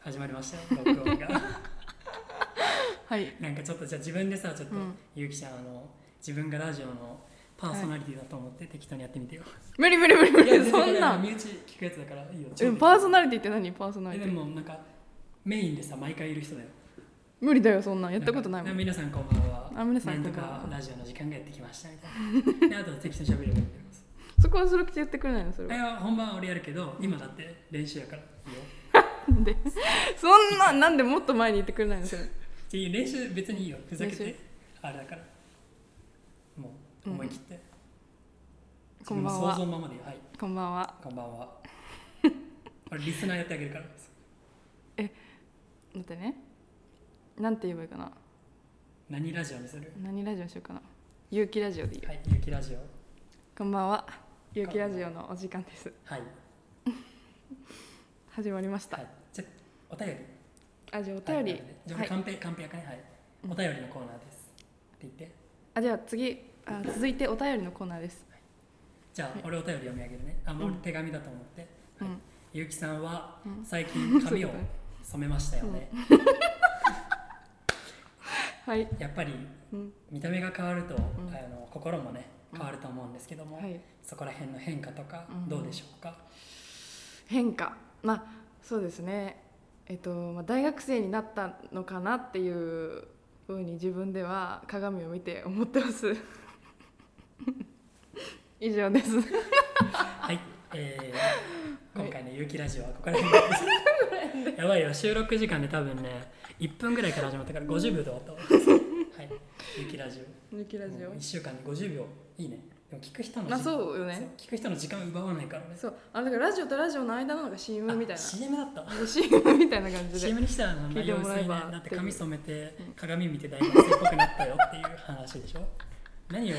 始まりましたよ録音が はいなんかちょっとじゃあ自分でさちょっと、うんゆうきちゃんあの自分がラジオのパーソナリティだと思って適当にやってみてよ、無理無理無理無いや全理然そんなこれ ん身内聞くやつだからいいようんパーソナナリティって何パーソナリテでィもなんかメインでさ毎回いる人だよ無理だよそんなんやったことないもんんか皆さんこんばんはあ皆さんなんとこんばかんはラジオの時間がやってきましたみたいな であと適当に喋ればいいんですそこはそれ口やってくれないのそれあいはや本番は俺やるけど今だって練習やからいいよなんでそんななんでもっと前に言ってくれないのそ れじゃあ練習別にいいよふざけ練て習あれだからもう思い切って、こんばん自分の想像はのままではいこんばんはこんばんは俺リスナーやってあげるから待ってねなんて言えばいいかな何ラジオにする何ラジオしようかな有機ラジオでいいよはいゆうきラジオこんばんは有機ラジオのお時間ですはい始まりましたはいじゃあお便りあじゃあお便りじゃあ俺はいカンペカンペやかねはいお便りのコーナーですって言ってあじゃあ次あ続いてお便りのコーナーですじゃあ俺お便り読み上げるねあもう俺手紙だと思って、うはいんゆうきさんはうん最近髪をそうだね染めましたよね、はいやっぱりうん見た目が変わると、んあの心もね変わると思うんですけども、はいそこら辺の変化とかうんどうでしょうか、変化まあそうですねえっと、まあ、大学生になったのかなっていうふうに自分では鏡を見て思ってます 以上ですはい、え ー今回の「ゆうきラジオ」はここら辺でやばいよ収録時間で多分ね1分ぐらいから始まったから50秒で終わ ったわはい「ゆうきラジオ」抜きラジオ1週間で50秒いいねでも聞く人のまあ時間そうよねそう聞く人の時間奪わないからねそうあだからラジオとラジオの間のなんか CM みたいあな CM だった CM みたいな感じで CM にしたらあの聞い内て容も薄らえいねばだって髪染めて鏡見て大学生っぽくなったよっていう話でしょ何を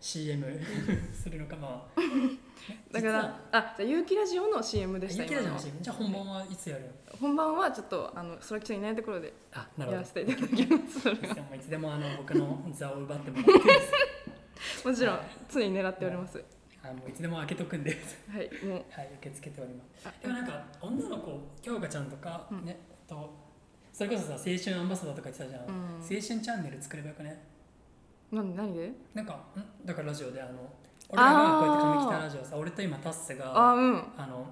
CM するのかまあ だからあじゃあ有機ラジオの CM でし実たはゆうきラジオ今のの CM じゃあ本番はいつやるの本番はちょっとあのそらきちゃんいないところであなやるほらどせていただきますそれいつはでもいつでもあの僕の座を奪ってもらっていいです もちろん常に狙っておりますあもういつでも開けとくんではいもう はい受け付けておりますあでもなんか女の子京香ちゃんとかうんね、とそれこそさ青春アンバサダーとか言ってたじゃん、うん青春チャンネル作ればよくねなん何でなんかんだからラジオであの俺らがこうやって髪切ったラジオさ俺と今タッスがあうんあの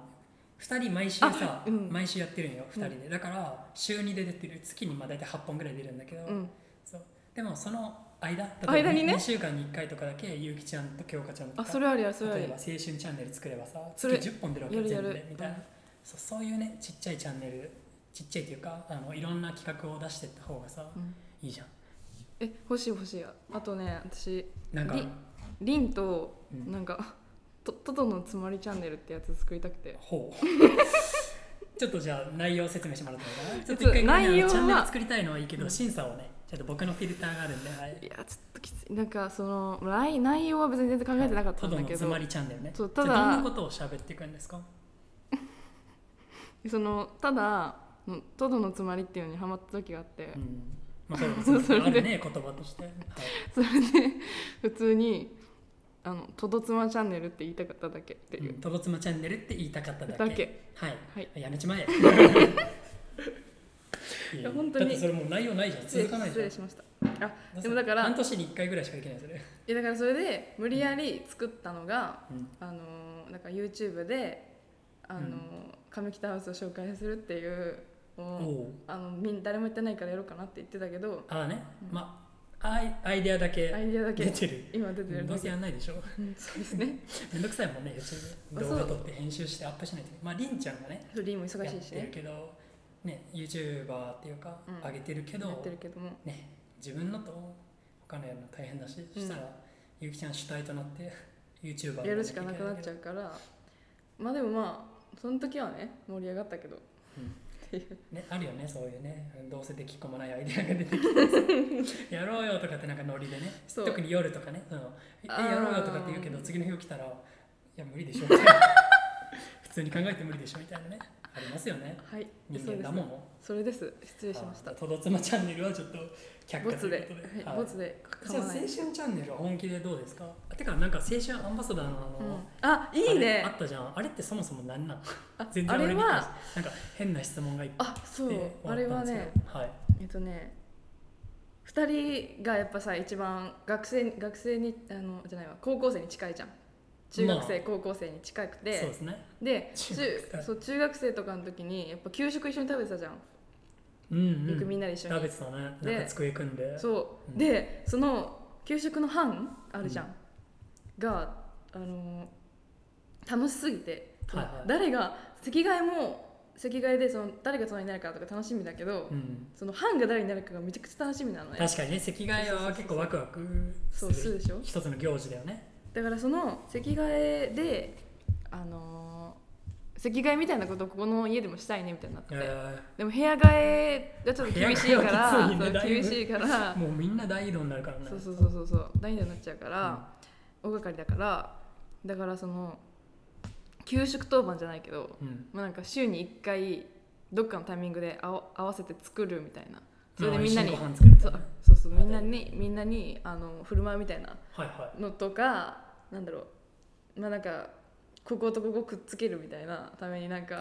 2人毎週さ、あうん毎週やってるんよ2人で、だから週2で出てる月にまあ大体8本ぐらい出るんだけど、うんそうでもその間間にね2週間に1回とかだけゆうきちゃんときょうかちゃんとあかそれありやそれあ例えりば青春チャンネル作ればさそ月れ10本出るわけやる全やる部でみたいな、うんそうそういうねちっちゃいチャンネルちっちゃいというかあのいろんな企画を出してった方がさ、うんいいじゃんえ欲しい欲しいあとね私なんかりリンとうんなんか、とトトのつまりチャンネルってやつ作りたくてほう ちょっとじゃあ内容説明してもらってもいいかなちょっとちょっと一回ここにあの内容はチャンネル作りたいのはいいけど、審査をねちょっと僕のフィルターがあるんで、はいい、やちょっときついなんかその内内容は別に全然考えてなかったんだただけのつど、まりチャンネルねそうただじゃあどんなことを喋っていくんですかそのただうんトドのつまりっていうのにハマった時があって、うんまあ、そうそれであるね言葉として、はいそれで普通にあのトドつまチャンネルって言いたかっただけっていう、とどつまチャンネルって言いたかっただけだけはい、はいやめちまえい いや本当にだってそれもう内容ないじゃん失礼続かないじ失ゃん礼しましたあでもだから半年に1回ぐらいしかできないそれ、いやだからそれで無理やり作ったのが、うん、あのーなんか YouTube で、あのーうん上北ハウスを紹介するっていうおのをおうあのみん誰も言ってないからやろうかなって言ってたけどああね、まあアイアイデアだけアイデアだけ出てる今出てるどだうせけ、やんないでしょうんそうですねめんどくさいもんね YouTube あ動そう画撮って編集してアップしないとまありんちゃんがねフリーも忙やしっいしてるねけどね YouTuber っていうか、うん上げてるけやどってるけどもね自分のと他のやるの大変だし、そしたらゆうきちゃん主体となって YouTuber やるしかなくなっちゃう、うからまあでもまあその時はね盛り上がったけどっていううんね、あるよねそういうねどうせできっこもないアイデアが出てきてやろうよとかってなんかノリでねそう特に夜とかねそのえあーやろうよとか って言うけど次の日起きたらいや無理でしょみたいな普通に考えて無理でしょみたいなねありますよねはい人そう間でだすもねのそれです失礼しましたとどつまチャンネルはちょっと却ボ下とツいうでことで、ははいボいツでじ構ゃあわ青な春いチャンネルは本気でどうですかてかなんか青春アンバサダーのあうの、んあいいあれあねったじゃんあれってそもそも何なのあ全あ然れ俺に関しはてなんか変な質問がいっぱいあそう来てあれ終わはったんですけどねはいえっとね2人がやっぱさ一番学生学生にあのじゃないわ高校生に近いじゃん中学生、ま高校生に近くそうでてすねで中中学生そう中学生とかの時にやっぱ給食一緒に食べてたじゃん、うんうんよくみんなで一緒に食べてたねでなんか机組んでそう、うんでその給食の班あるじゃん、うがあの楽しすぎて、はいはい誰が席替えも席替えでその誰が隣になるかとか楽しみだけど、うんその班が誰になるかがめちゃくちゃ楽しみなのね確かにね席替えは結構ワクワクすそうするるでしょ一つの行事だよねだからその席替えであのー席替えみたいなことをここの家でもしたいねみたいになって、えでも部屋替えがちょっと厳しいから部屋替えはきついねそうだいぶ厳しいからーもうみんな大移動になるからねそうそうそうそうそう大蛇になっちゃうから、大掛かりだからだからその給食当番じゃないけど、うんまあ、なんか週に1回どっかのタイミングで合わ合わせて作るみたいなそれでまあみんなに一緒ご飯作るみたそいなうそうそうみんなにみんなにあの振る舞うみたいなはい はのとかなんだろうまあなんかこことここくっつけるみたいなためになんか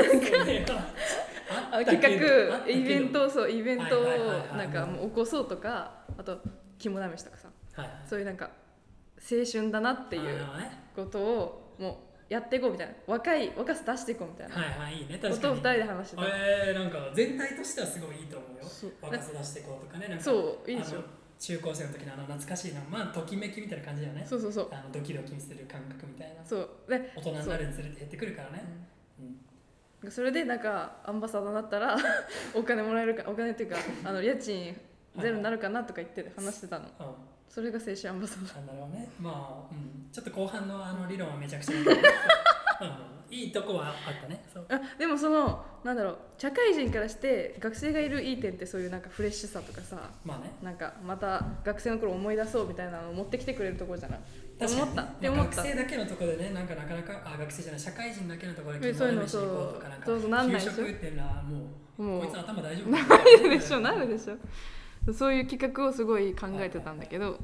いそうねああった企けどあった画けどイベントそうイベントをはいはいはいはいなんかもう起こそうとかあと肝試しとかさはいはいそういうなんか青春だなっていうあーねことをもうやっていこうみたいな若い若さ出していこうみたいなはいはいいいねこ確かとをに2人で話してたえー、なんか全体としてはすごいいいと思うよそう若さ出していこうとかねなんかそういいでしあょの中高生の時のあの懐かしいなまあときめきみたいな感じだよねそうそうそうあのドキドキする感覚みたいなそうで大人になるにつれて減ってくるからねうんそれでなんかアンバサダーになったら お金もらえるかお金っていうかあの家賃ゼロになるかなとか言って話してたのうんそれが青春アンバサダーなんだろうねまあ、うん、ちょっと後半のあの理論はめちゃくちゃいいけどうんいいとこはあったねそう あでもそのなんだろう社会人からして学生がいるいい点ってそういうなんかフレッシュさとかさまあねなんかまた学生の頃思い出そうみたいなのを持ってきてくれるところじゃないって確か思にったってま思あった学生だけのところでねなんかなかなかあ学生じゃない社会人だけのところでえそういうの肝試し行こうとかなんかそうそうなんないでし給ょ食っていうのはもうもうこいつ頭大丈夫なるでしょなるでしょそういう企画をすごい考えてたんだけど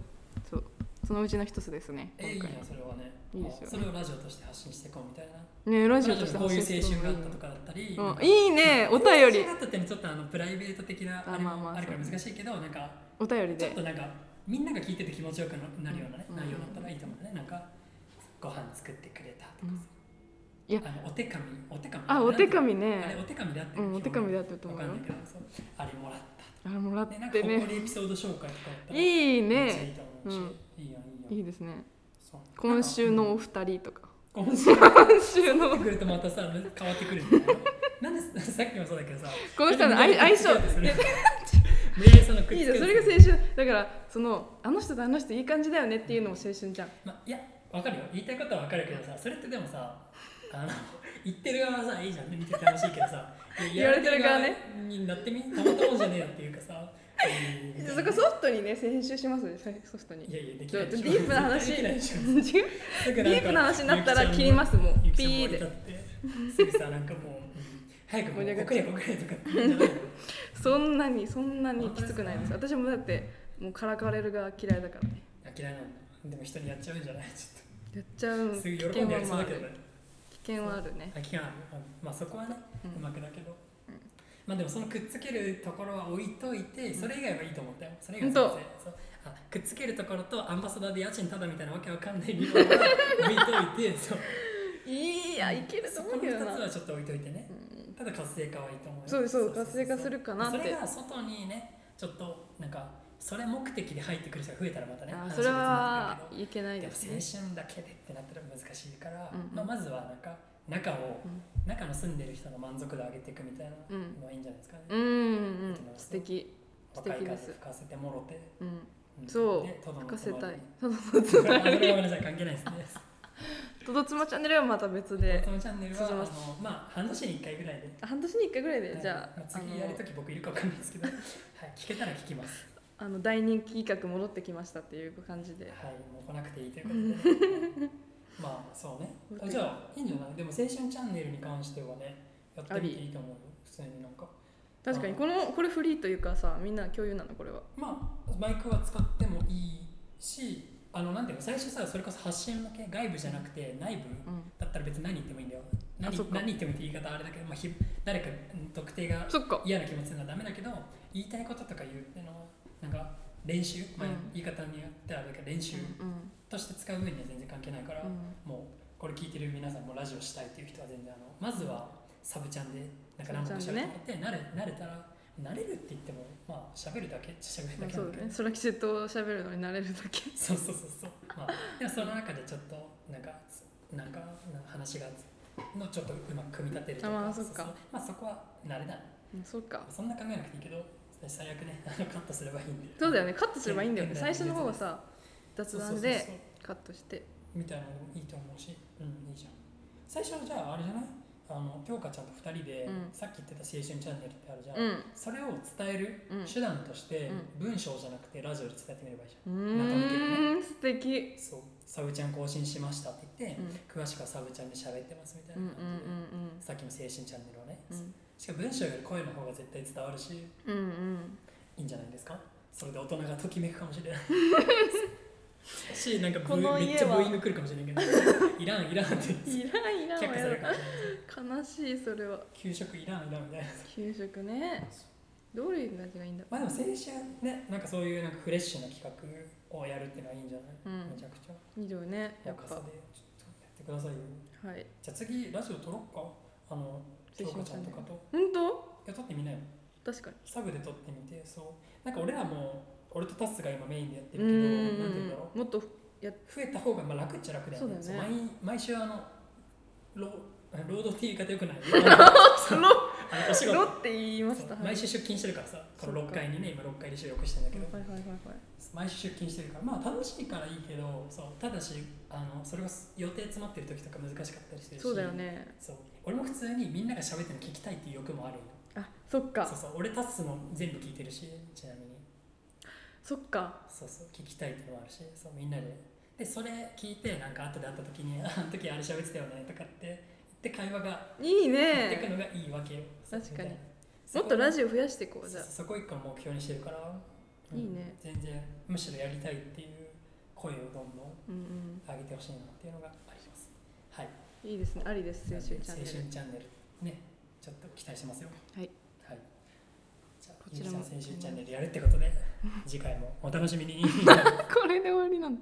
そうそのうちの一つですねえいい今な回それはねいいですよそれをラジオとして発信していこうみたいなねララジジオオととししててこういう青春があったとかだったり、うんいいねお便りがあったっていうのはちょっとあのプライベート的なああれまあまもああるから難しいけどなんかお便りちょっでとなんかみんなが聞いてて気持ちよくなるようなね、うん内容だったらいいと思うねなんかご飯作ってくれたとかさ、いやあのお手紙お手紙あお手なんて紙あれねお手紙だってうんお手紙だっってとわ思かうよんないけどそうあれもらったあれもらっでなんかて誇ねりエピソード紹介とかだったらいいいめっちゃいねいと思うし、いいよいいよいいですねそう今週のお二人とか今週今週の来るとまたさ変わってくるんだよねなんでさっきもそうだけどさこの人の相相性恋愛そのくっいいつじゃんけそるれが青春だからそのあの人とあの人いい感じだよねっていうのも青春じゃんまいやわかるよ言いたいことはわかるけどさそれってでもさあの言ってる側はさいいじゃん見てて 楽しいけどさいや言われてる側ねやられてる側になってみたまったもんじゃねえよっていうかさうん そこソフトにね青春しますねソフトにいやいやできちょなっいとでデしょィープな話絶対できないでしょ違うディープな話になったら切りますもうゆきピちゃんもー降りで立ってすぐさなんかもううん早くもう盛り上がっ国ちゃれう国れとか って言うんじゃないのそんなにそんなにきつくないです本私もだってもうからかわれるが嫌いだからねあ嫌いなんだでも人にやっちゃうんじゃないちょやっちゃうっとすぐ危喜ん険でやはりそうまあだけあどるね危険はあるねあ期間あるうんまあそこはねうんうまくだけど、まあでもそのくっつけるところは置いといてそれ以外はいいと思ったよそれ以外は全然そうあくっつけるところとアンバサダーで家賃ただみたいなわけわかんない理論は置いといてそういやいけるとそ思こうのけど2つなはちょっと置いといてね、ただ活性化はいいと思うよそうですそうです活性化するかなってそれが外にねちょっとなんかそれ目的で入ってくる人が増えたらまたねあ話ーがそれはいけなでいもですね青春だけでってなったら難しいから、うんうんまあ、まずはなんか中を、うん中の住んでる人の満足度を上げていくみたいなのがいいんじゃないですかね、うんうん素敵素若い敵風です吹かせてもろて、うんんそうでとどの吹かせたいそのつまりあそれはごめんなさい関係ないですねとどつまチャンネルはまた別 でそのチャンネルはあそののまあ半年に1回ぐらいで半年に1回ぐらいでじはゃいまあああ次やるとのき僕いるかわかんないですけ ど、はい、聞けたら聞きますあの大人気企画戻ってきましたっていう感じではいもう来なくていいということ で、まあそうねあじゃあいいんじゃないでも青春チャンネルに関してはねやってみていいと思うよ普通になんか確かにこのこれフリーというかさみんな共有なのこれはまあマイクは使ってもいいしあのなんていうの最初さそれこそ発信向け外部じゃなくて内部うんだったら別に何言ってもいいんだよ何そっか何言ってもいいって言い方あれだけど、まあ、ひ誰かうん特定がそっか嫌な気持ちになるのはダメだけど言いたいこととか言うってのをなんか練習、まあうん言い方によってはあれだけど練習うんうんとして使う上には全然関係ないから、うんもうこれ聞いてる皆さんもラジオしたいっていう人は全然あのまずはサブチャンでなんか何個かしゃべってもらって、慣れ慣れたら慣れるって言ってもまあしゃべるだけっちゃしゃべるだまあけそなんだけうだど、ね空き瀬と喋るのに慣れるだけそうそうそうそう、まあ、でもその中でちょっとなんかつなんかな話がのちょっとうまく組み立てるとかあまあそっかううまあそこは慣れないうんそうかそんな考えなくていいけど最悪ねあ のカットすればいいんでそうだよねカットすればいいんだよね現最代初の方はさ雑そうそうそう談でカットしてみたいなのでもいいと思うしうんいいじゃん最初はじゃああれじゃないあの京香ちゃんと2人で、うんさっき言ってた青春チャンネルってあるじゃん、うんそれを伝えるうん手段として、う文章じゃなくてラジオで伝えてみればいいじゃんうーん素敵そうサブちゃん更新しましたって言ってう、ん詳しくはサブちゃんで喋ってますみたいうんうんな感じで、さっきの青春チャンネルをね、うんしかも文章より声の方が絶対伝わるしいうんうんうんいんじゃないですかそれで大人がときめくかもしれ ないしなんかブこの家はめっちゃブーイング来るかもしれないけどいらんいらんっていらんいらん却下されるかやもしれないだ悲しいそれは給食いらんいらんみたいな給食ねどういう味がいいんだまあでも青春ねなんかそういうなんかフレッシュな企画をやるっていうのはいいんじゃない、うんめちゃくちゃ以上ねややっっぱぱさでちょっとやってくださいよはいじゃあ次ラジオ撮ろっかあの京香ちゃんとかとい本当や撮ってみなよ確かサブで撮ってみてそうなんか俺らも俺とタスが今メインでやってにうるけどなんて言うんんだろもっとう増えた方がまあ楽っちゃ楽だよねそうだよねそう毎毎週あのローロードって言い方よくない そうロあのお仕事ロって言いましたそうはい毎週出勤してるからさこそのっか6階にね今6階で収録してんだけどはいはいはいはい毎週出勤してるからまあ楽しいからいいけどそうただしあのそれが予定詰まってる時とか難しかったりしてるしそうだよねそう俺も普通にみんなが喋ってるの聞きたいっていう欲もあるよあそっそうかそう俺タスも全部聞いてるしちなみにそっかそうそう聞きたいっていうのもあるしそうみんなででそれ聞いてなんか後で会った時に「あの時あれ喋ってたよね」とかって言って会話がいいやっていくねのがいいわけよそう確かにみたいなもっとラジジオ増やしていこうじゃあそこ一個目標にしてるから、いいね全然むしろやりたいっていう声をどんどんうん上げてほしいなっていうのがありますはいうんいいですねありです青春チャン青ネル春チャンネルねちょっと期待してますよはい、はい、じゃあこゆちうきらさんも 青春チャンネルやるってことで次回もお楽しみにこれで終わりなの